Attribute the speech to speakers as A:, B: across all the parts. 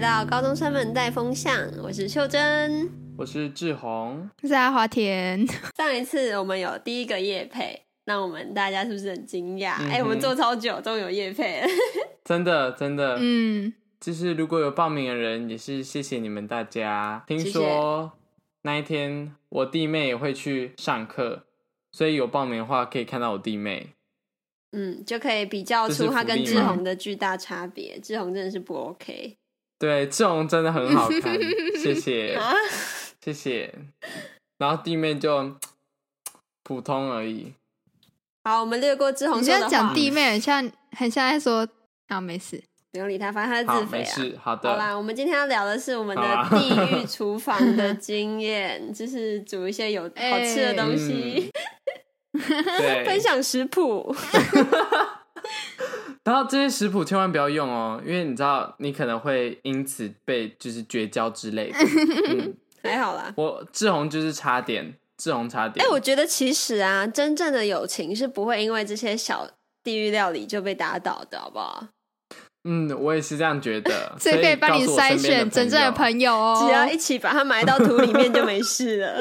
A: 到高中生们带风向，我是秀珍。
B: 我是志宏，
C: 在华 田，
A: 上一次我们有第一个夜配，那我们大家是不是很惊讶？哎、
B: 嗯哼
A: 我们做超久，终于有夜配了。
B: 真的真的，
C: 嗯，
B: 就是如果有报名的人，也是谢谢你们大家。听
A: 谢谢
B: 说那一天我弟妹也会去上课，所以有报名的话可以看到我弟妹。
A: 嗯，就可以比较
B: 这是
A: 出他
B: 福
A: 跟
B: 利
A: 志
C: 吗
A: 宏的巨大差别。志宏真的是不 OK
B: 对，志宏真的很好看，谢谢
A: 啊，
B: 谢谢。然后弟妹就普通而已，
A: 好，我们略过志宏
C: 你
A: 说
C: 现
A: 的
C: 在
A: 话
C: 讲，弟妹很像，很像在说，好没事，
A: 不用理他，反正他
B: 好
A: 是自肥
B: 没
A: 啊。
B: 事，好
A: 好
B: 的，
A: 啦，我们今天要聊的是我们
B: 好啊
A: 的
B: 啦
A: 地狱厨房的经验， 就是煮一些有好吃的东西， 分
B: 嗯对。
A: 享食谱。
B: 然后这些食谱千万不要用哦，因为你知道你可能会因此被就是绝交之类 的。嗯，
A: 还好啦。
B: 我志宏就是差点，志宏差点。
A: 哎、我觉得其实啊，真正的友情是不会因为这些小地狱料理就被打倒的，好不好？
B: 嗯，我也是这样觉得，
C: 这可以帮你筛选真正的
B: 友。
C: 朋友哦。
A: 只要一起把它埋到土里面就没事了。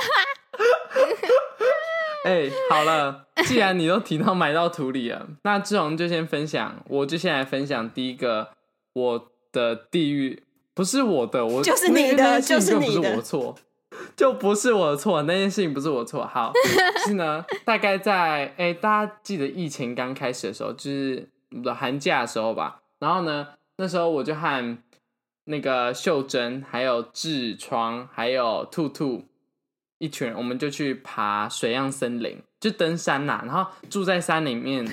B: 哎、好了，既然你都提到埋到土里了， 那志宏就先分享，我就先来分享第一个我的地狱，不是我的，我
A: 就是你的
B: 那件事情
A: 就是你的
B: 不是我错， 就不是我的错，那件事情不是我错。好， 是呢，大概在哎、大家记得疫情刚开始的时候，就是不寒假的时候吧。然后呢，那时候我就和那个秀珍、还有痔疮、还有兔兔一群人，我们就去爬水漾森林，就登山啦、然后住在山 里面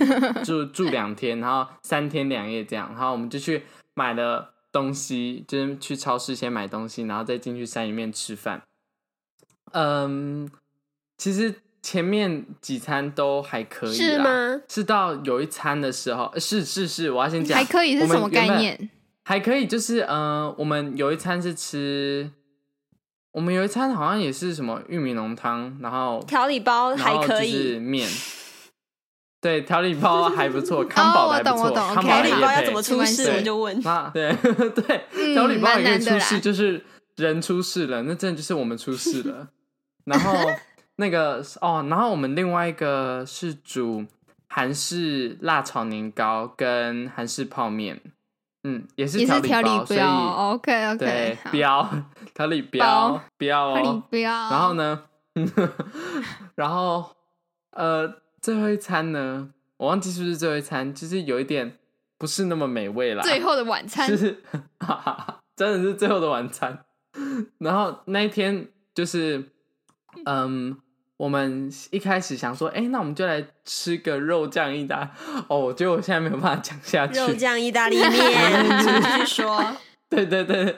B: 住住两天，然后三天两夜这样。然后我们就去买了东西，就是去超市先买东西，然后再进去山里面吃饭。嗯，其实前面几餐都还可以，
A: 是？吗？
B: 是啊到有一餐的时候，呃是是是，我要先讲
C: 还可以是什么概？
B: 我们原本
C: 念？
B: 还可以，就是呃，我们有一餐是吃，我们有一餐好像也是什么玉米浓汤，然后
A: 调理包
B: 然
A: 还
B: 后
A: 可
B: 就是
A: 以，
B: 面。对，调理包还不 错，康宝的还不
C: 哦我
B: 错，
C: 懂我懂
B: 康宝
A: 调理
B: 的
C: ，OK
B: 也
A: 包要
B: 配
A: 怎么出事
B: 对
A: 我就问。
B: 啊， 对对，调理包也可以
C: 嗯蛮难的
B: 出
C: 啦
B: 事，就是人出事了，那真的就是我们出事了。然后那个哦，然后我们另外一个是煮韩式辣炒年糕跟韩式泡面，嗯，也是
C: 也是
B: 调
C: 调
B: 理
C: 理
B: 包，
C: 不
B: 所以
C: 要，OK
B: 对
C: OK，
B: 标调理标
C: 包
B: 标
C: 调理
B: 哦，
C: 不要。
B: 然后呢， 然后呃，最后一餐呢，我忘记是不是最后一餐，就是有一点不是那么美味啦。
C: 最后的晚餐
B: 就，是 真的是最后的晚餐。然后那一天就是，嗯，我们一开始想说，哎、那我们就来吃个肉酱意大。哦，我觉得我现在没有办法讲下去。
A: 肉酱意大利 面，请继续说。
B: 对对对，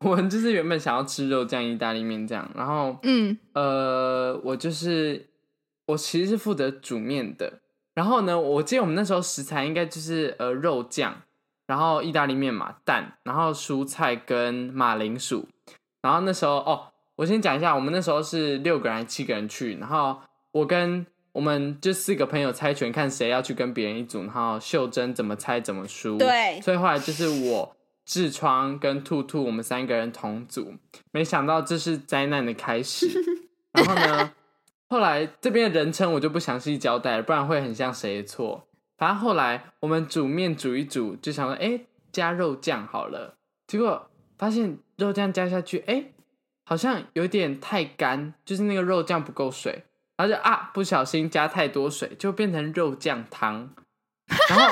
B: 我们就是原本想要吃肉酱意大利面这样，然后
C: 嗯，
B: 呃，我就是我其实是负责煮面的。然后呢，我记得我们那时候食材应该就是呃肉酱，然后意大利面嘛，蛋，然后蔬菜跟马铃薯。然后那时候哦，我先讲一下，我们那时候是六个人还七个人去，然后我跟我们就四个朋友猜拳，看谁要去跟别人一组，然后秀珍怎么猜怎么输。
A: 对
B: 所以后来就是我、痔疮跟兔兔，我们三个人同组。没想到这是灾难的开始。然后呢，后来这边的人称我就不详细交代了，不然会很像谁的错。反正后来我们煮面煮一煮，就想说，哎、加肉酱好了。结果发现肉酱加下去，哎、好像有点太干，就是那个肉酱不够水，然后就啊，不小心加太多水，就变成肉酱汤。然后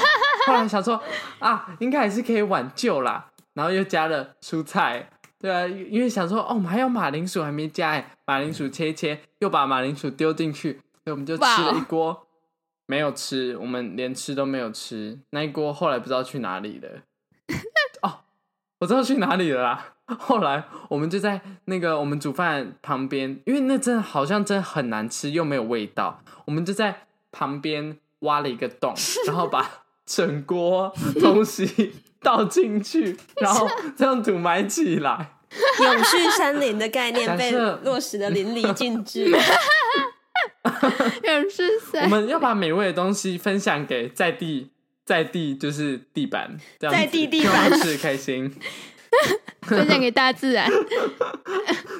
B: 后来想说啊，应该还是可以挽救啦，然后又加了蔬菜，对啊，因为想说哦，我们还有马铃薯还没加哎，马铃薯切一切，又把马铃薯丢进去，所以我们就吃
C: 哇
B: 了一锅，没有吃，我们连吃都没有吃，那一锅后来不知道去哪里了。哦，我知道去哪里了啦。后来我们就在那个我们煮饭旁边，因为那真的好像真的很难吃，又没有味道，我们就在旁边挖了一个洞，然后把整锅东西倒进去，然后这样土埋起来。
A: 永续山林的概念被
B: 假设
A: 落实的淋漓尽 致。
C: 有人是谁
B: 我？们要把美味的东西分享给在地在地就是地板，这样
A: 在
B: 子
A: 地地板
B: 是开心
C: 分享给大 自然，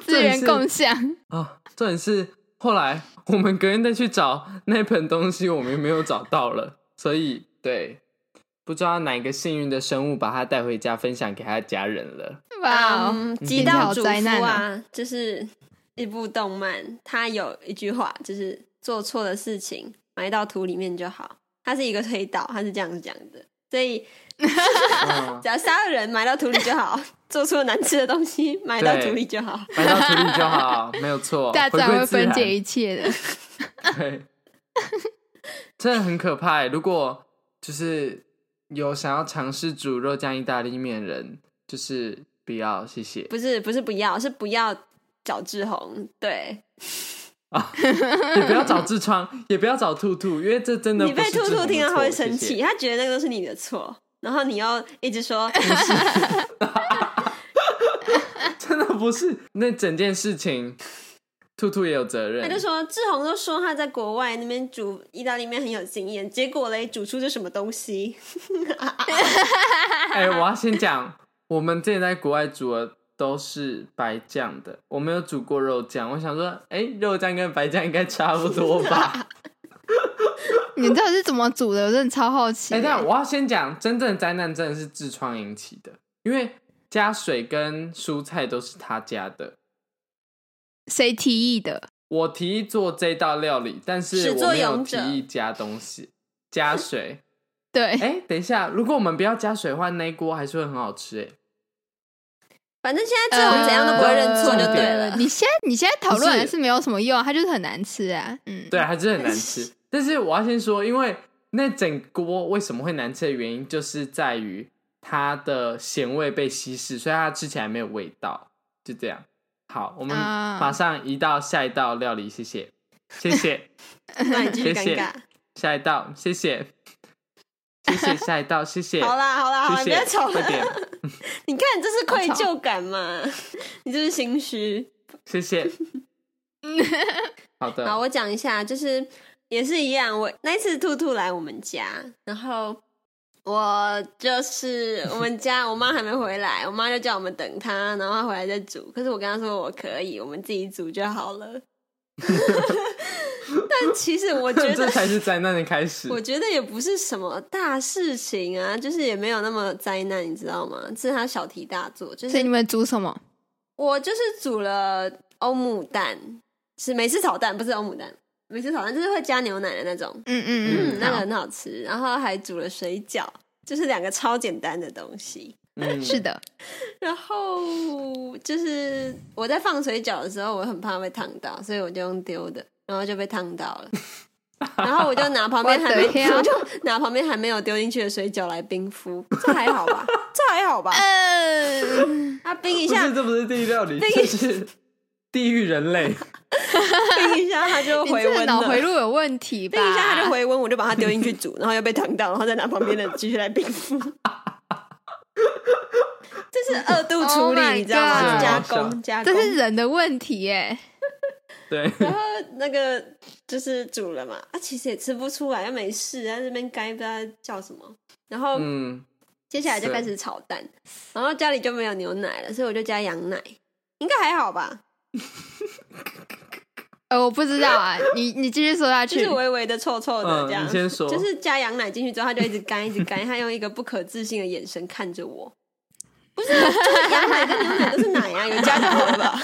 C: 资源共享。
B: 啊。重点是后来我们隔天再去找那盆东西，我们也没有找到了，所以对，不知道哪个幸运的生物把它带回家分享给他家人了。
C: 哇、哦，
A: 嗯，极道主
C: 天
A: 夫
C: 条灾
A: 啊
C: 难，
A: 就是一部动漫，它有一句话就是做错的事情埋到土里面就好。它是一个推导，它是这样讲的，所以
B: 嗯
A: 只要杀了人埋到土里就好， 做出难吃的东西埋到
B: 对
A: 土里就好。
B: 埋到土里就好，没有错。
C: 大自然
B: 哦回
C: 会
B: 归自
C: 分
B: 然
C: 解一切的。
B: 对， 真的很可怕欸。如果就是有想要尝试煮肉酱意大利面的人，就是不要，谢谢。
A: 不是不是不要，是不要角志宏。对
B: 也不要找痔疮，也不要找兔兔，因为这真的
A: 你被
B: 不是
A: 兔
B: 痔
A: 兔
B: 疮
A: 听
B: 的
A: 到他
B: 错
A: 会生气，
B: 谢谢
A: 他觉得那个都是你的错，然后你又一直说
B: 真的不是那整件事情，兔兔也有责任。
A: 他就说志宏都说他在国外那边煮意大利面很有经验，结果嘞煮出这什么东西？
B: 哎、我要先讲，我们之前在国外煮的都是白酱的，我没有煮过肉酱。我想说，哎、肉酱跟白酱应该差不多
A: 啊
B: 吧？
C: 你到底是怎么煮的？我真的超好奇
B: 哎、
C: 的。
B: 但我要先讲，真正的灾难真的是痔疮引起的，因为加水跟蔬菜都是他加的。
C: 谁提议的？
B: 我提议做这道料理，但是
A: 始
B: 我
A: 作
B: 没有
A: 俑
B: 提
A: 者
B: 议加东西，加水。
C: 对，
B: 哎、等一下，如果我们不要加水的话，那一锅还是会很好吃、哎，
A: 反正现在
C: 呃
A: 志宏怎样都不会认错就
B: 重
A: 对
B: 点
A: 了。
C: 你现在你现在讨论
B: 不是
C: 还是没有什么用啊，它就是很难吃啊。嗯，
B: 对，还是很难 吃。但是我要先说，因为那整锅为什么会难吃的原因，就是在于它的咸味被稀释，所以它吃起来没有味道。就这样。好，我们
C: 啊
B: 马上移到下一道料理，谢谢，谢 谢，
A: 那你继续
B: 谢
A: 尴
B: 谢
A: 尬。
B: 下一道，谢谢，谢谢，下一道，谢谢。
A: 好啦好啦好啦，
B: 谢
A: 不
B: 谢
A: 要吵
B: 快点
A: 了。你看你这是愧
C: 我吵
A: 疚感嘛？ 你这是心虚。
B: 谢谢。好的，
A: 好，我讲一下，就是也是一样，我那一次兔兔来我们家，然后我就是我们家我妈还没回来，我妈就叫我们等她，然后她回来再煮。可是我跟她说我可以，我们自己煮就好了。 但其实 我觉
B: 这
A: 得，
B: 才是灾难的开始。
A: 我觉得也不是什么大事情啊，就是也没有那么灾难，你知道吗？这是她小题大做，就是
C: 所以你们煮什么？
A: 我就是煮了欧姆蛋，是美式炒蛋，不是欧姆蛋，美式炒蛋就是会加牛奶的那种，
C: 嗯
B: 嗯
C: 嗯嗯，
A: 那个
C: 好
A: 很好吃。然后还煮了水饺，就是两个超简单的东西。
B: 嗯，
C: 是的，
A: 然后就是我在放水饺的时候，我很怕被烫到，所以我就用丢的，然后就被烫到 了。然后我就拿旁边还没
C: 我的，天 啊
A: 我就拿旁边还没有丢进去的水饺来冰敷，这还好 吧？这还好吧？
C: 嗯，
A: 它冰一
B: 不
A: 下
B: 是，，这不是地狱料理，
A: 那
B: 这
A: 个
B: 是地狱人 类。
A: 冰一下它就
C: 你
A: 回
C: 这
A: 温了
C: 个脑。回路有 问题吧
A: 冰？一下它就回温，我就把它丢进去煮， 然后又被烫到，然后再拿旁边的继续来冰敷。 这是二度处
C: Oh
A: 理
C: my
A: 你知道
B: God
A: 吗？加
B: 是啊
A: 工加工。
C: 这是人的问题耶。
B: 对，
A: 然后那个就是煮了嘛，啊，其实也吃不出来，又没事，在那边该不知道叫什么。然后
B: 嗯，
A: 接下来就开始炒蛋，然后家里就没有牛奶了，所以我就加羊奶，应该还好吧？
C: 呃，我不知道啊， 你你继续说下
A: 就
C: 去
A: 是。微微的臭臭的
B: 嗯
A: 这样。
B: 你先说
A: 就是加羊奶进去之后，他就一直干，一直干，他用一个不可置信的眼神看着我。不是，就是羊奶跟牛奶都是奶啊，有加就好了吧？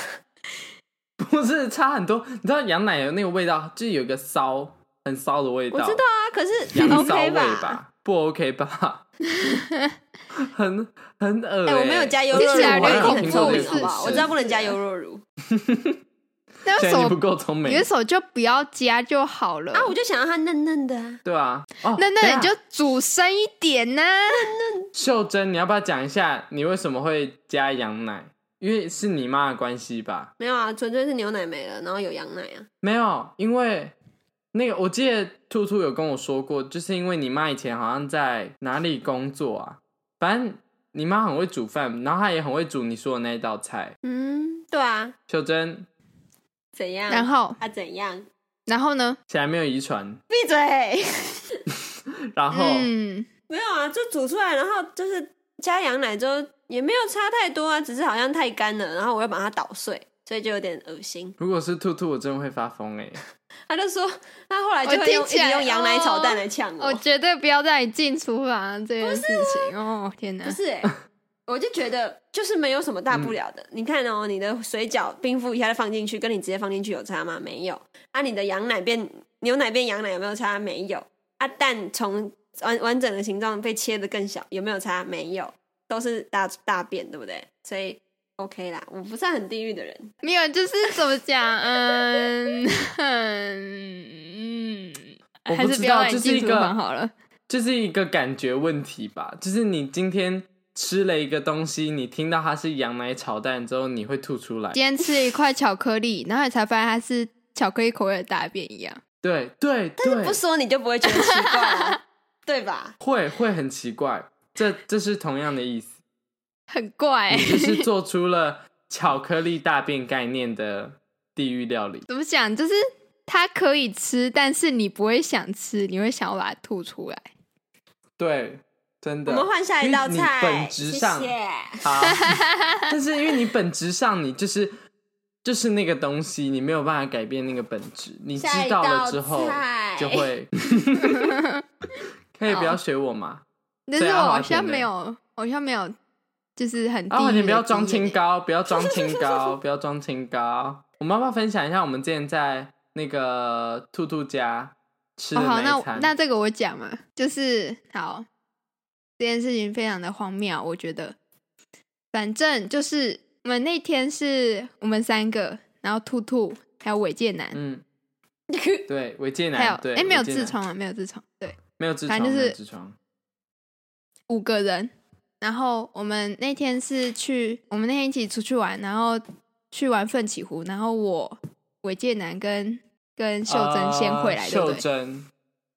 B: 不是差很多。你知道羊奶油那个味道，就是有一个骚，很骚的味道。
A: 我知道啊，可是
B: 羊骚
A: OK
B: 味吧？不 OK 吧？ 很很恶、欸。
A: 哎、我没有加优
C: 听
A: 酪
C: 起来
A: 乳，我
C: 有
A: 一
C: 点
A: 定很聪
C: 恐
A: 明，
C: 怖
A: 好不好？
B: 是
A: 我知道不能加优酪乳
C: 那为
B: 现
C: 什
B: 在你不
C: 么
B: 够聪明
C: 你的。手就不要加就好了
A: 啊，我就想要它嫩嫩的啊。
B: 对啊，哦，
C: 那那你
B: 等一
C: 就
B: 下
C: 煮深一点呢。
B: 秀珍，你要不要讲一下你为什么会加羊奶？因为是你妈的关系吧？
A: 没有啊，纯粹是牛奶没了，然后有羊奶啊。
B: 没有，因为那个我记得兔兔有跟我说过，就是因为你妈以前好像在哪里工作啊，反正你妈很会煮饭，然后她也很会煮你说的那一道菜。
A: 嗯，对啊，
B: 秀珍
A: 怎样？
C: 然后
A: 啊，怎样？
C: 然后呢？
B: 显然没有遗传，
A: 闭嘴！
B: 然后、
C: 嗯，
A: 没有啊，就煮出来，然后就是加羊奶之后也没有差太多啊，只是好像太干了，然后我又把它捣碎，所以就有点恶心。
B: 如果是兔兔，我真的会发疯哎、
A: 他就说他后来就
C: 我
A: 会
C: 哦听
A: 用一
C: 起
A: 直
C: 来
A: 用羊奶炒蛋来呛我，
C: 我哦绝对不要再进厨房这件事情。哦，天哪
A: 不！啊是、欸，我就觉得就是没有什么大
B: 嗯
A: 不了的。你看哦，你的水饺冰敷一下就放进去，跟你直接放进去有差吗？没有。啊，你的羊奶变牛奶变羊奶有没有差？没有。啊，蛋从完完整的形状被切的更小，有没有差？没有，都是大大便，对不对？所以 OK 啦，我不是很地狱的人。
C: 没有，就是怎么讲？嗯嗯
B: 我不
C: 嗯，还
B: 知道
C: 是不要再
B: 这是一
C: 进厨
B: 个
C: 房好了。
B: 就是一个感觉问题吧。就是你今天吃了一个东西，你听到它是羊奶炒蛋之后，你会吐出来。
C: 今天吃了一块巧克力，然后你才发现它是巧克力口味的大便一样。
B: 对对对
A: 不，说你就不会觉得奇怪、 啊，对吧？
B: 会会很奇怪。这这是同样的意思，
C: 很怪、
B: 你就是做出了巧克力大便概念的地狱料理。
C: 怎么讲？就是它可以吃，但是你不会想吃，你会想要把它吐出来。
B: 对，真
A: 我
B: 的。
A: 们换下一道
B: 因为
A: 菜，
B: 你本质上
A: 谢谢。
B: 好，但是因为你本质上你就是就是那个东西，你没有办法改变那个本质。你知
A: 下一
B: 道
A: 道
B: 了之后
A: 菜
B: 就 会，可以不要学我嘛？
C: 但是
B: 对啊
C: 我
B: 华
C: 好
B: 田
C: 像
B: 呢
C: 没有，我好像没有，就是很低、
B: 啊，你不要装清。高，不要装清高，不要装清高。我们要不要分享一下我们之前在那个兔兔家吃
C: 哦，
B: 的
C: 好，
B: 一
C: 那
B: 餐？
C: 那这个我讲嘛，就是好，这件事情非常的荒谬，我觉得。反正就是我们那天是我们三个，然后兔兔还有伟健男，
B: 嗯，对，违戒
C: 还有
B: 男，对，
C: 哎、没有
B: 违戒
C: 痔
B: 男，
C: 疮啊，没有痔疮，对，
B: 没有痔
C: 反
B: 疮，
C: 正就
B: 没有
C: 是
B: 痔疮。
C: 五个人，然后我们那天是去，我们那天一起出去玩，然后去玩奋起湖，然后我韦介南跟跟秀珍先回来，
B: 呃
C: 对不
B: 秀
C: 对？
B: 珍，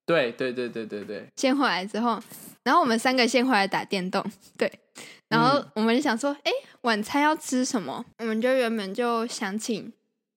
B: 对对对对对对，
C: 先回来之后，然后我们三个先回来打电动，对。然后我们就想说，哎、晚餐要吃什么？我们就原本就想请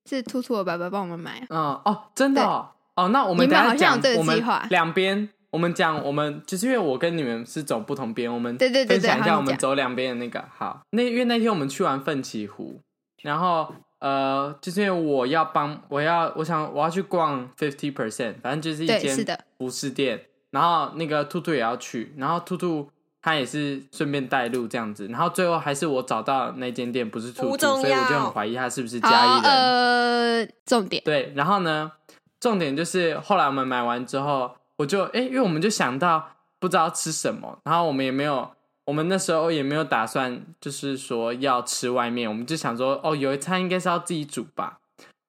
C: 是兔兔的爸爸帮我们买，啊
B: 嗯哦，真的哦，哦那我们
C: 你们
B: 等一下
C: 好像有
B: 讲
C: 这个
B: 我
C: 计
B: 们
C: 划
B: 两边，我们讲我们就是因为我跟你们是走不同边，我们
C: 对对对
B: 分
C: 对
B: 享一下
C: 好
B: 我
C: 你
B: 们
C: 讲
B: 走两边的那个好。那因为那天我们去完奋起湖，然后呃，就是因为我要帮我要我想我要去逛 Fifty Percent，反正就是一
C: 对
B: 间
C: 是的
B: 服饰店，然后那个兔兔也要去，然后兔兔。他也是顺便带路这样子，然后最后还是我找到那间店不是
A: 不
B: 兔兔，
A: 重
B: 所以我就
A: 要
B: 很怀疑他是不是嘉
C: 好
B: 义，人。
C: 呃，重点，
B: 对，然后呢，重点就是后来我们买完之后，我就哎，因为我们就想到不知道吃什么，然后我们也没有，我们那时候也没有打算就是说要吃外面，我们就想说哦，有一餐应该是要自己煮吧。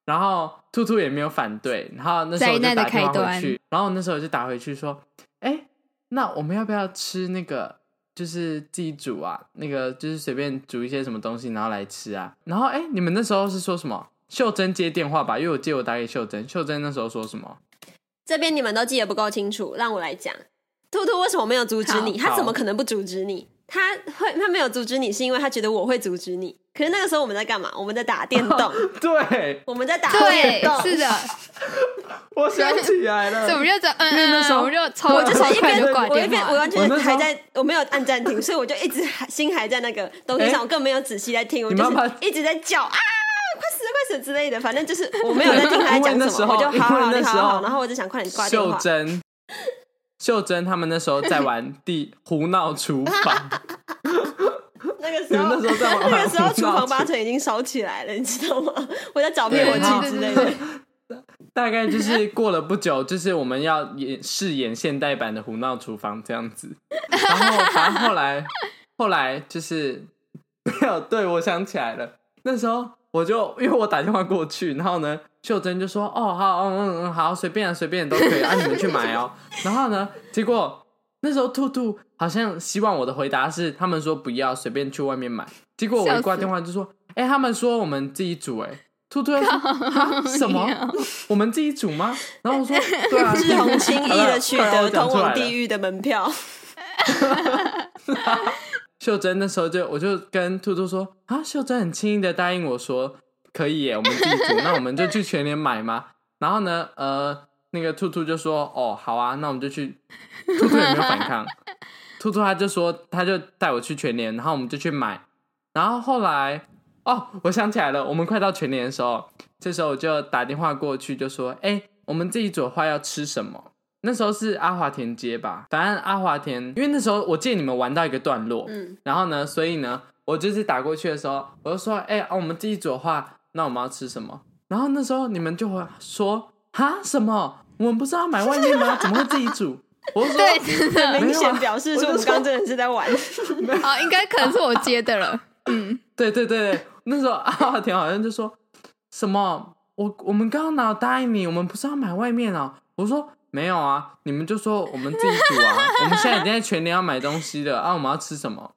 B: 然后兔兔也没有反对，然后那时候我
C: 灾
B: 就
C: 难的
B: 打电
C: 开
B: 话
C: 端
B: 回去，然后那时候我就打回去说，哎，那我们要不要吃那个？就是自己煮啊，那个就是随便煮一些什么东西，然后来吃啊。然后哎、诶你们那时候是说什么？秀珍接电话吧，因为我记得我打给秀珍，秀珍那时候说什么？
A: 这边你们都记得不够清楚，让我来讲。兔兔为什么没有阻止你？
B: 好
A: 他怎么可能不阻止你？他会，他没有阻止你，是因为他觉得我会阻止你。可是那个时候我们在干嘛？我们在打电动，
B: 对，
A: 我们在打电
C: 哦对
A: 动，，
C: 是的，
B: 我想起来 了
C: 所以我们就走，嗯
B: 因为那
C: 嗯，
B: 时
C: 嗯
B: 候
C: 我们就超，
A: 我就是一
C: 快
A: 边
C: 就挂
A: 我一
C: 电
A: 边
C: 话
A: 我完
B: 我
A: 全
B: 那时候
A: 还在，我没有按暂停，所以我就一直还心还在那个东西上，
B: 哎
A: 我更没有仔细在听，我
B: 你
A: 就
B: 妈
A: 是
B: 妈
A: 一直在叫啊，快死了快死了之类的，反正就是我没有在听他在讲
B: 因为那
A: 什
B: 时
A: 么，
B: 候
A: 我就好好
B: 因为
A: 你
B: 那时
A: 好
B: 候
A: 好，然后我就想快点挂电
B: 秀
A: 话。
B: 珍，秀珍他们那时候在玩地胡闹 厨房，
A: 那个时
B: 你们
A: 候，
B: 那时候在玩
A: 那个时候
B: 胡闹
A: 厨房八
B: 厨
A: 成已经烧起来了，你知道吗？ 我在找灭
B: 对
A: 火
B: 然后
A: 器之类的。
B: 大概就是过了不久，就是我们要演饰演现代版的胡闹厨房这样子。然后反正后来后来就是没有，对我想起来了，那时候我就因为我打电话过去，然后呢，秀珍就说：“哦，好，嗯嗯嗯，好，随便啊，随便都可以，啊，你们去买哦。”然后呢，结果那时候兔兔好像希望我的回答是，他们说不要随便去外面买。结果我一挂电话就说：“哎、他们说我们自己煮、哎，兔兔又说哈什么？ 我们自己煮吗？”然后我说：“ 对啊，
A: 志宏轻易
B: 好了
A: 的取
B: 快让
A: 得
B: 我讲
A: 通
B: 出来
A: 往
B: 了
A: 地狱的门票，
B: 秀珍那时候就我就跟兔兔说啊，秀珍很轻易的答应我说可以耶，我们自己煮，那我们就去全联买嘛。然后呢，呃，那个兔兔就说哦，好啊，那我们就去。兔兔也没有反抗，兔兔他就说，他就带我去全联，然后我们就去买。然后后来，哦，我想起来了，我们快到全联的时候，这时候我就打电话过去，就说：“哎、我们自己左花要吃什么？”那时候是阿华田街吧，反正阿华田，因为那时候我记得你们玩到一个段落，
A: 嗯，
B: 然后呢，所以呢，我就是打过去的时候，我就说：“哎、啊我们自己左画，那我们要吃什么？”然后那时候你们就会说：“哈，什么？我们不是要买外面吗？怎么会自己煮？”我就说：“
C: 对，真的
A: 很明
B: 没有
A: 显
B: 啊
A: 表示
B: 我
A: 说
B: 就
A: 我们
B: 说
A: 刚刚真的是在玩。
C: 哦，应该可能是我接的 了。嗯，
B: 对对对对，那时候阿华田好像就说什么，我我们刚刚哪有答应你，我们不是要买外面啊？我说没有啊，你们就说我们自己煮啊，我们现在已经在全年要买东西了啊，我们要吃什么？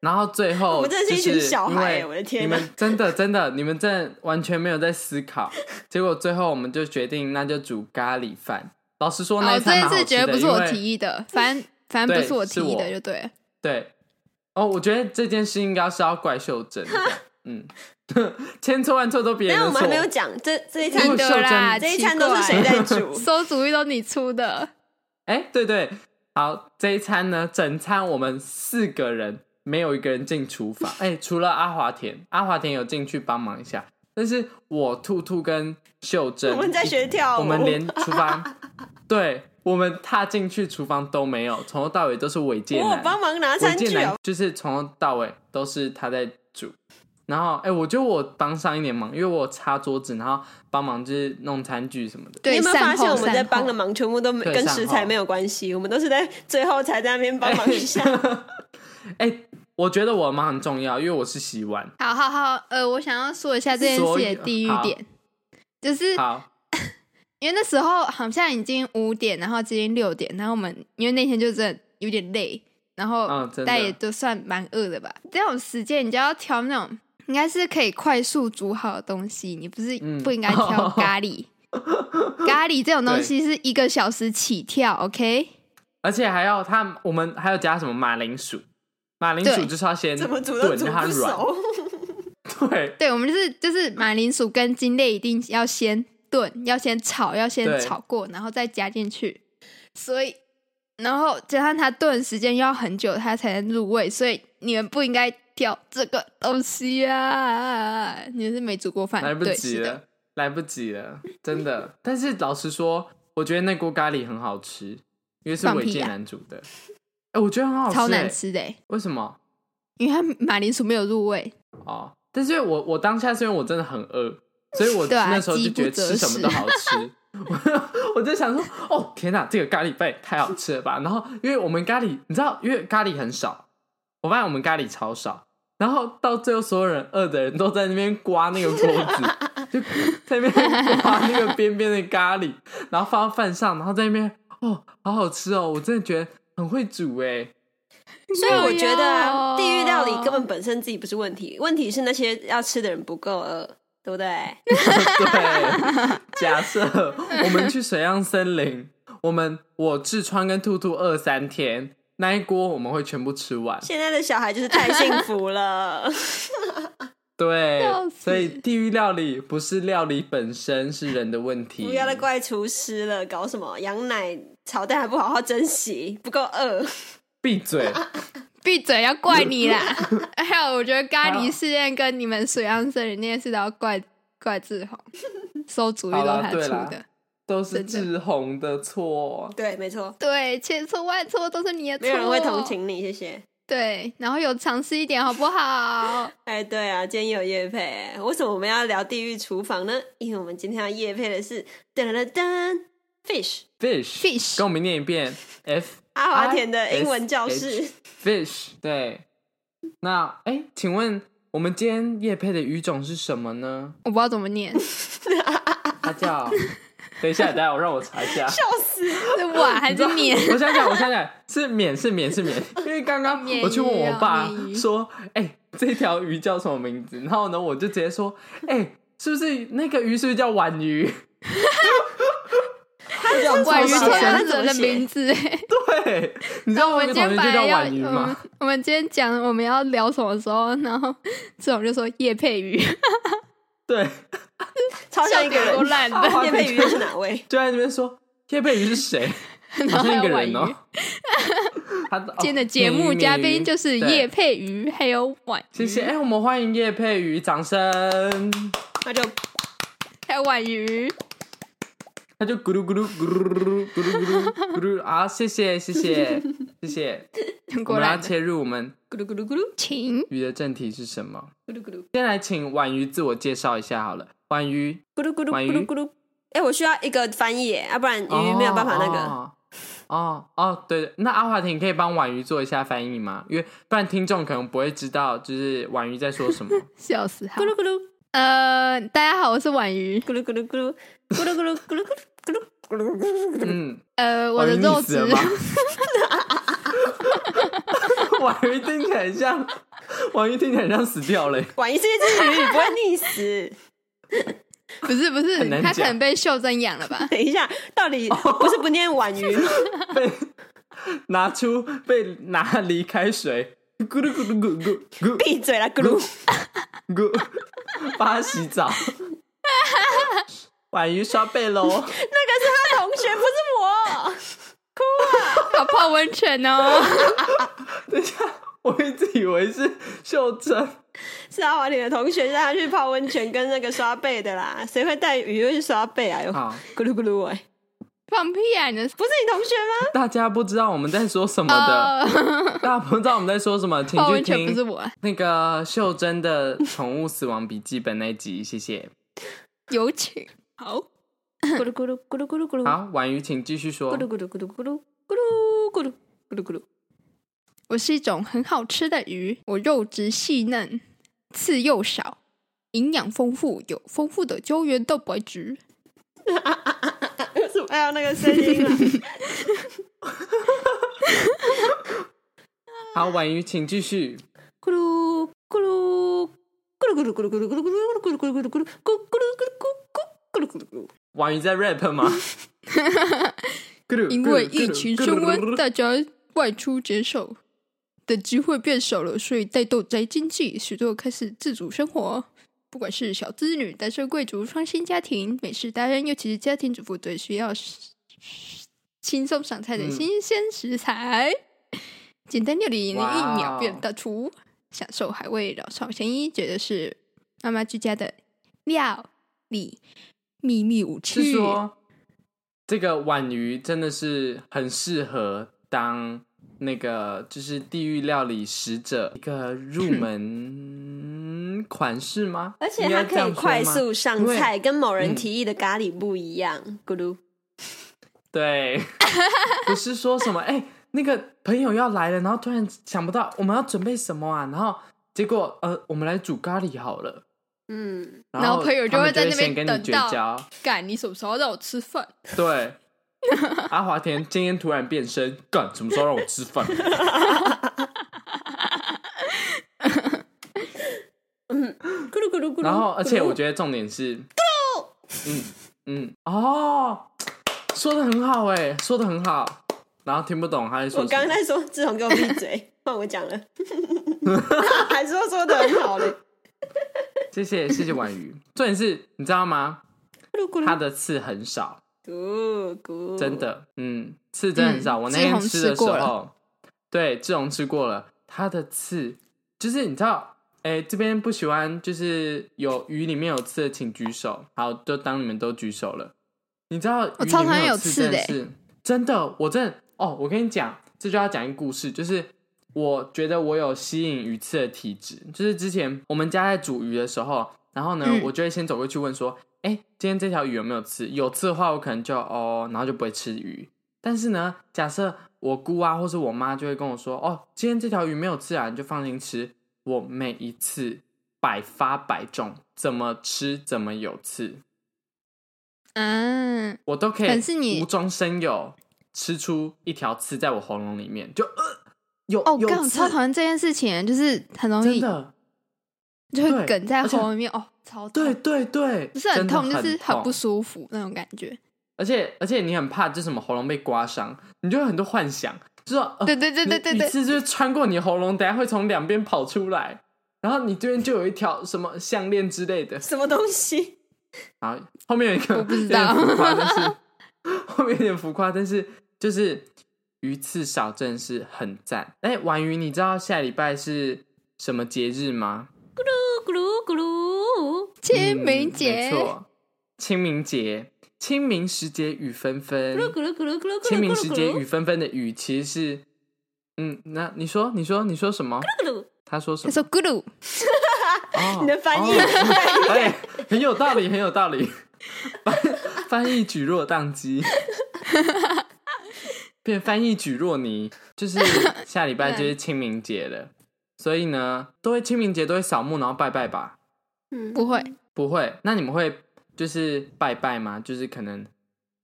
B: 然后最后，
A: 我们真的是一群小孩耶我的天
B: 你
A: 哪
B: 们真的真的，你们真的完全没有在思考。结果最后我们就决定，那就煮咖喱饭。老实说，那
C: 哦，
B: 一
C: 这
B: 餐
C: 一
B: 蛮好
C: 次
B: 吃
C: 绝
B: 的，
C: 对不是我
B: 因为
C: 提议的，反正反正不
B: 对
C: 是我
B: 是
C: 提议的，
B: 我
C: 就对了。
B: 对，哦，我觉得这件事应该是要怪秀珍的，嗯， 千错万错都别人
A: 但
B: 的
A: 我
B: 错。
A: 们还没有讲这这一
B: 因
A: 餐
B: 为
A: 都
B: 秀
C: 的啦，
B: 珍
A: 这一
C: 奇
A: 餐都是
C: 怪？
A: 谁在煮
C: 馊主意都你出的，
B: 哎，对对，好，这一餐呢，整餐我们四个人没有一个人进厨房，哎，除了阿华田，阿华田有进去帮忙一下，但是我兔兔跟秀珍
A: 我们在
B: 一
A: 学跳舞，
B: 我们连 厨房，对我们踏进去厨房都没有，从头到尾都是违
A: 我
B: 建
A: 有
B: 男。
A: 帮忙拿
B: 啊我
A: 餐
B: 见
A: 具
B: 男
A: 哦。
B: 就是从头到尾都是他在煮，然后哎、我觉得我帮上一点忙，因为我擦桌子，然后帮忙就是弄餐具什么的。
A: 你
C: 对，
A: 有没有发
C: 善
A: 现
C: 后
A: 我们在帮的
C: 善后
A: 忙全部都没
B: 对
A: 跟
B: 善
A: 食材
B: 后
A: 没有关系？我们都是在最后才在那边帮忙一下。
B: 哎、我觉得我的忙很重要，因为我是洗碗。
C: 好好好，呃，我想要说一下这件事
B: 所
C: 情
B: 以
C: 的地域
B: 好
C: 点，就是
B: 好，
C: 因为那时候好像已经五点，然后接近六点，然后我们因为那天就真的有点累，然后
B: 嗯真的
C: 但也都算蛮饿的吧。这种时间你就要挑那种应该是可以快速煮好的东西，你不是
B: 嗯
C: 不应该 挑咖喱。咖喱这种东西是一个小时起跳，OK？
B: 而且还要他，我们还要加什么马铃薯？马铃薯
C: 对
B: 就是要先
A: 怎么煮都
B: 炖
A: 煮
B: 让它
A: 不
B: 软，
A: 熟。
B: 对
C: 对，我们就是就是马铃薯跟金类一定要先炖，要先炒，要先
B: 对
C: 炒过，然后再加进去。所以，然后加上它炖时间要很久，它才能入味。所以你们不应该挑这个东西啊！你们是没煮过饭，
B: 来不
C: 对
B: 及
C: 是的
B: 了，来不及了，真的。但是老实说，我觉得那锅咖喱很好吃，因为是
C: 放
B: 伟
C: 屁
B: 健
C: 啊
B: 男煮的。哎、我觉得很好吃、
C: 超难
B: 哎
C: 吃的欸，
B: 为什么？
C: 因为它马铃薯没有入味。
B: 哦，但是我我当下是因为我真的很饿，所以我
C: 对啊
B: 那时候就觉得
C: 饥不择
B: 吃什么都好吃。我我就想说，哦天哪，这个咖喱饭也太好吃了吧！然后因为我们咖喱，你知道，因为咖喱很少，我发现我们咖喱超少。然后到最后，所有人饿的人都在那边刮那个锅子，就在那边刮那个边边的咖喱，然后放到饭上，然后在那边哦，好好吃哦！我真的觉得很会煮哎、
A: 所以我觉得啊，
C: 哎呦
A: 地狱料理根本本身自己不是问题，问题是那些要吃的人不够饿，对不对？
B: 对，假设我们去水漾森林，我们我痔疮跟兔兔饿三天，那一锅我们会全部吃完。
A: 现在的小孩就是太幸福了。
B: 对
C: 笑，死
B: 所以地狱料理不是料理本身，是人的问题。
A: 不要再怪厨师了，搞什么羊奶炒蛋还不好好珍惜，不够饿。
B: 闭 嘴！
C: 闭嘴！要怪你 啦！还有，我觉得咖
B: 好
C: 喱事件跟你们水漾森林那件事都要怪怪志宏，馊主意
B: 好
C: 都
B: 啦
C: 他
B: 对
C: 出
B: 啦
C: 的。
B: 都是
C: 真
B: 志宏的错。
A: 对，没错，
C: 对，千错万错都是你的错，
A: 没有人会同。情你，谢 谢。
C: 对，然后有尝试一点好不好？
A: 哎，对啊，今天也有叶配，为什么我们要聊地狱厨房呢？因为我们今天要叶配的是噔噔噔 fish
B: Fish，,
C: Fish
B: 跟我们念一遍 F
A: 阿华田的英文教
B: I
A: 室
B: S。H，Fish。对，那哎、请问我们今天叶配的语种是什么呢？
C: 我不知道怎 么念，
B: 它 叫……等一下，等一下，我让我查一下。
A: 笑死！
C: 是碗还是 面？
B: 我想想，我想想，是免是免是免，因为刚刚
C: 免
B: 我去问
C: 疫
B: 我
C: 啊
B: 爸
C: 免疫
B: 说，哎、这条鱼叫什么名字？然后呢，我就直接说，哎、是不是那个鱼是不是叫皖 鱼？
A: 他这种
C: 管于
B: 超
C: 错
B: 超
C: 认
A: 他
C: 识
A: 怎么
C: 人的
A: 写
C: 啊名字。哎
B: 对，你知道
C: 我
B: 我
C: 们
B: 有
C: 今
B: 个同学
C: 天本
B: 就叫
C: 来要嗯
B: 皖鱼
C: 我
B: 吗
C: 们？我们今天讲我们要聊什么时候，然后这种就说叶佩瑜，
B: 对，
A: 超像
C: 笑
A: 一个
C: 点有
A: 人
C: 多。烂的，
B: 啊
A: 叶 佩瑜是哪位？
B: 就在那边说，叶佩鱼是谁？
C: 然
B: 好
C: 后
B: 像
C: 还
B: 一
C: 有
B: 个
C: 婉
B: 人哦、
C: 瑜，
B: 他的、哦
C: 今天的节目
B: 你
C: 嘉
B: 你
C: 宾就是
B: 对
C: 叶佩瑜，还有婉
B: 谢谢，哎、我们欢迎叶佩瑜，掌声。
A: 那就
C: 还有婉瑜，
B: 他就咕噜咕噜咕噜咕噜咕噜咕噜咕噜啊！谢谢谢谢谢谢，我
C: 果
B: 们要
C: 然
B: 切入我们
A: 咕噜咕噜咕噜
C: 请
B: 鱼的正题是什么？
A: 咕噜咕噜
B: 先来请婉瑜自我介绍一下好了。婉瑜，
A: 咕噜咕噜
B: 婉
A: 咕
B: 瑜
A: 噜咕噜。哎、我需要一个翻译耶，要、不然鱼没有办法那个。
B: 哦哦哦，对，那阿华庭可以帮婉瑜做一下翻译吗？因为不然听众可能不会知道，就是婉瑜在说什么。
C: 笑死哈
A: 咕。噜咕噜
C: 呃，大家好，我是婉瑜。
A: 咕噜咕噜咕噜咕噜咕噜咕噜咕噜咕噜咕噜咕噜。
B: 嗯，
C: 呃，我
B: 婉
C: 的
B: 瑜
C: 肉
B: 腻死
C: 质
B: 了吗？婉瑜听起来很像，婉瑜听起来很像死掉了耶。
A: 婉仪是一只鱼，不会溺死。
C: 不是不是
B: 很，难
C: 他可
B: 讲
C: 能被袖珍养了吧？
A: 等一下，到底不是不念婉鱼吗？
B: 被拿出被拿离开水，咕噜咕噜咕噜咕
A: 闭嘴啦，咕噜！
B: 咕咕，帮他洗澡。婉瑜刷背喽，
A: 那个是他同学，不是我。
C: 好泡温泉哦。
B: 等一下，我一直以为是秀珍，
A: 是阿华田的同学让他去泡温泉跟那个刷背的啦，谁会带鱼会去刷背啊？哟，
B: 好
A: 咕噜咕噜哎、
C: 放屁啊！你的
A: 不是你同学吗？
B: 大家不知道我们在说什么的，
C: 呃，
B: 大家不知道我们在说什么，请
C: 泡
B: 去
C: 温哦泉不是
B: 听
C: 我，啊
B: 那个秀珍的《宠物死亡笔记本》那一集，谢谢。
C: 有请。好，
A: 咕噜咕噜咕噜咕噜咕噜，
B: 好，婉瑜，请继续说
A: 咕噜。咕噜咕噜咕噜咕噜咕噜咕噜咕噜，
C: 我是一种很好吃的鱼，我肉质细嫩，刺又少，营养丰富，有丰富的胶原蛋白质。
A: 为什么还有那个声音啊？
B: 好，婉瑜，请继续。
A: 咕噜咕噜咕噜咕噜咕噜咕噜咕噜咕噜咕噜咕噜咕噜咕噜咕噜咕噜咕噜咕噜咕噜咕噜咕噜咕噜咕噜，
B: 婉瑜在 rap 吗？咕噜
C: 因为疫情升温，，大家外出减少的机会变少了，所以带动宅经济，许多开始自主生活。不管是小资女、单身贵族、双薪家庭、美食达人，尤其是家庭主妇，最需要轻松上菜的
B: 嗯
C: 新鲜食材，简单料理也能一秒变大厨，享受海味老少咸宜，绝对是妈妈居家的料理秘密武器。
B: 是说这个婉瑜真的是很适合当那个就是地狱料理使者一个入门款式吗？
A: 而且
B: 应该
A: 它
B: 这
A: 可
B: 样
A: 以
B: 说
A: 快
B: 吗
A: 速上
B: 因为
A: 菜，跟某人提议的咖喱不一样。咕噜，
B: 对， 不是说什么哎、那个朋友要来了，然后突然想不到我们要准备什么啊，然后结果呃，我们来煮咖喱好了。
A: 嗯，
C: 然后
B: 后
C: 朋友就
B: 他们
C: 会在那
B: 先
C: 边
B: 跟
C: 等
B: 你绝
C: 到
B: 交，
C: 干，你什么时候让我吃饭？
B: 对，阿华田今天突然变身，干什么时候让我吃饭？
A: 咕噜咕噜咕噜。
B: 然后，而且我
A: 觉
B: 觉得重 点是，嗯嗯，哦，说的很好哎，说的很好，然后听不懂他在说
A: 我
B: 什
A: 刚刚
B: 么。
A: 在说志宏给我闭嘴，换我讲了，还说说的很好嘞。
B: 谢谢谢谢婉瑜，重点是你知道吗？
A: 咕噜咕
B: 它
A: 噜
B: 的刺很少，
A: 咕咕，
B: 真的，嗯，刺真的很少。
C: 哦嗯
B: 我那天
C: 志
B: 吃
C: 宏
B: 的
C: 吃
B: 时
C: 过了
B: 候，对，志宏吃过了，它的刺就是你知道，哎、这边不喜欢就是有鱼里面有刺的，请举手。好，就当你们都举手了。你知道
C: 我
B: 鱼
C: 超
B: 里
C: 讨
B: 面
C: 厌有
B: 刺
C: 刺
B: 真
C: 的
B: 的
C: 欸
B: 是真的，我真的哦，我跟你讲，这就要讲一个故事，就是。我觉得我有吸引鱼刺的体质，就是之前我们家在煮鱼的时候，然后呢，
C: 嗯
B: 我就会先走过去问说：“哎、今天这条鱼有没有刺？有刺的话，我可能就哦，然后就不会吃鱼。但是呢，假设我姑啊或是我妈就会跟我说：哦，今天这条鱼没有刺啊，你就放心吃。我每一次百发百中，怎么吃怎么有刺，
C: 嗯，
B: 我都可
C: 可
B: 以
C: 是你
B: 无中生有吃出一条刺在我喉咙里面，就呃有
C: 哦，
B: 有
C: 干，我
B: 刺
C: 超讨厌这件事情，欸就是很容
B: 真
C: 易
B: 的，
C: 就会
B: 对
C: 梗在
B: 而且
C: 喉咙里面，哦，超痛
B: 对，对对，
C: 不是
B: 真
C: 很
B: 的
C: 痛，就是很
B: 痛
C: 不舒服那种感觉。
B: 而且而且你很怕，就是什么喉咙被刮伤，你就有很多幻想，就是说呃
C: 对对对对对
B: 一
C: 对，
B: 次就是穿过你喉咙，等下会从两边跑出来，然后你这边就有一条什么项链之类的，
A: 什么东西？
B: 然后后面有一个
C: 我不知
B: 有点
C: 道
B: 浮夸，但是后面有点浮夸，但是就是鱼刺小镇是很赞。哎、婉瑜，你知道下礼拜是什么节日吗？
A: 咕噜咕噜，
C: 清明
B: 嗯没
C: 节，
B: 错，清明节，清明时节雨纷纷
A: 咕。噜咕噜咕噜咕噜咕噜咕噜咕噜，
B: 清明时节雨纷纷的雨其实是，嗯，那你说，你说，你说什么？
A: 咕噜，
B: 他说什
C: 他
B: 么？
C: 说咕噜，
B: 哦
A: 你的翻译
B: 哦哎，很有道理，很有道理。翻翻译举弱宕机，变翻译举弱泥，就是下礼拜就是清明节了，所以呢，都会清明节都会扫墓，然后拜拜吧？
A: 嗯
C: 不会，
B: 不会？那你们会就是拜拜吗？就是可能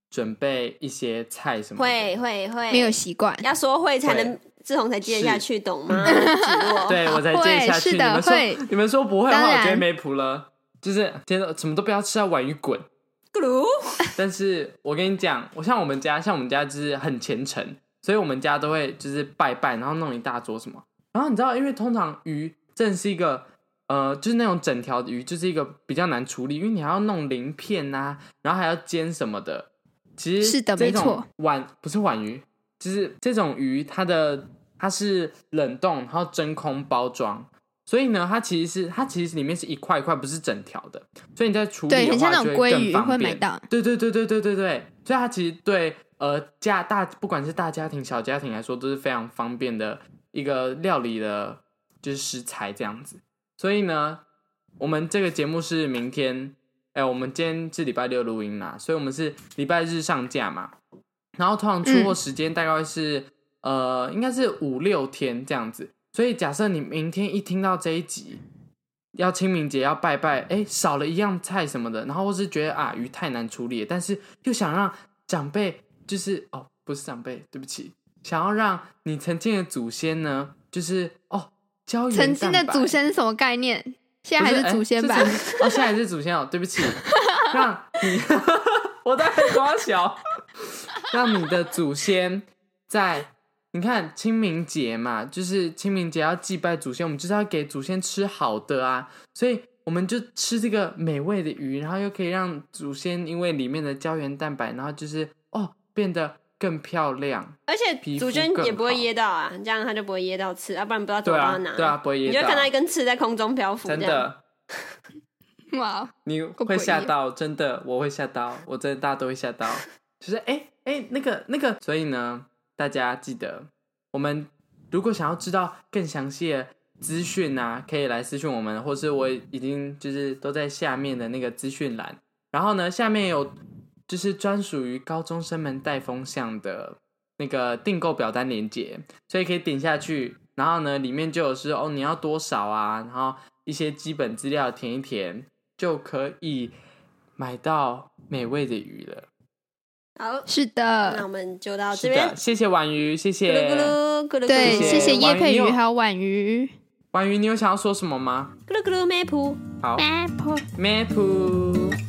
B: 准备一些菜什么的？
A: 会会会
C: 没有习惯，
A: 要说会才能志宏才接得下去，懂吗？芷若
B: 对，我才接下去。
C: 会是的
B: 你们说
C: 会
B: 你们说不会的话，
C: 当
B: 我
C: 然
B: 觉得没谱了。就是天哪，什么都不要吃啊，婉鱼滚！
A: 咕噜，
B: 但是我跟你讲，我像我们家，像我们家就是很虔诚，所以我们家都会就是拜拜，然后弄一大桌什么。然后你知道，因为通常鱼正是一个呃，就是那种整条的鱼，就是一个比较难处理，因为你还要弄鳞片呐、然后还要煎什么的。其实
C: 是的
B: 这种
C: 没错，
B: 皖不是皖鱼，就是这种鱼，它的它是冷冻，然后真空包装。所以呢，它其实是它其实里面是一块一块，不是整条的，所以你在处理的话
C: 对，很像那
B: 就
C: 种
B: 会
C: 鲑
B: 更
C: 鱼
B: 方
C: 会买
B: 便
C: 到，
B: 对对对对对对对，所以它其实对呃家大不管是大家庭小家庭来说，都是非常方便的一个料理的，就是食材这样子。所以呢，我们这个节目是明天，哎、我们今天是礼拜六录音啦，所以我们是礼拜日上架嘛。然后通常出货时间大概会是、呃，应该是五六天这样子。所以假设你明天一听到这一集，要清明节要拜拜，哎，少了一样菜什么的，然后或是觉得啊鱼太难处理了，但是又想让长辈就是哦不是长辈，对不起，想要让你曾经的祖先呢，就是哦胶原
C: 曾经的
B: 蛋白
C: 祖先是什么概念？现在
B: 不
C: 还
B: 是
C: 是祖先吧
B: 哎？是祖哦，现在还是祖先哦，对不 起，让你我在夸小，让你的祖先在你看清明节嘛，就是清明节要祭拜祖先，我们就是要给祖先吃好的啊，所以我们就吃这个美味的鱼，然后又可以让祖先因为里面的胶原蛋白，然后就是哦变得更漂亮。
A: 而
B: 皮
A: 且
B: 肤
A: 祖先
B: 更
A: 也不会
B: 好
A: 噎到啊，这样他就不会噎到刺，要不然不知道怎
B: 对
A: 么
B: 啊
A: 帮他拿。，
B: 对啊，，不会噎
A: 你
B: 到。
A: 就看到一根刺在空中漂浮，
B: 真
A: 这样
B: 的，
C: 哇，
B: 你
C: 诡
B: 会
C: 异
B: 吓到，真的，我会吓到，我真的大家都会吓 到，就是哎哎、那个那个，所以呢，大家记得，我们如果想要知道更详细的资讯啊，可以来私讯我们，或是我已经就是都在下面的那个资讯栏，然后呢，下面有就是专属于高中生们带风向的那个订购表单链接，所以可以点下去，然后呢，里面就有是哦你要多少啊，然后一些基本资料填一填，就可以买到美味的鱼了。
A: 好，
C: 是
A: 那我
C: 的，
A: 们就到这
B: 是
A: 边
B: 的，。谢谢婉瑜，谢
A: 咕噜咕噜
B: 谢
A: 咕噜咕噜，
C: 对，
B: 谢
C: 谢谢叶佩
B: 婉瑜
C: 瑜
B: 哦
C: 还有婉瑜
B: 婉瑜，你有想要说什么吗？
A: 咕噜咕噜 map。
B: 好
C: a p p
B: ，map。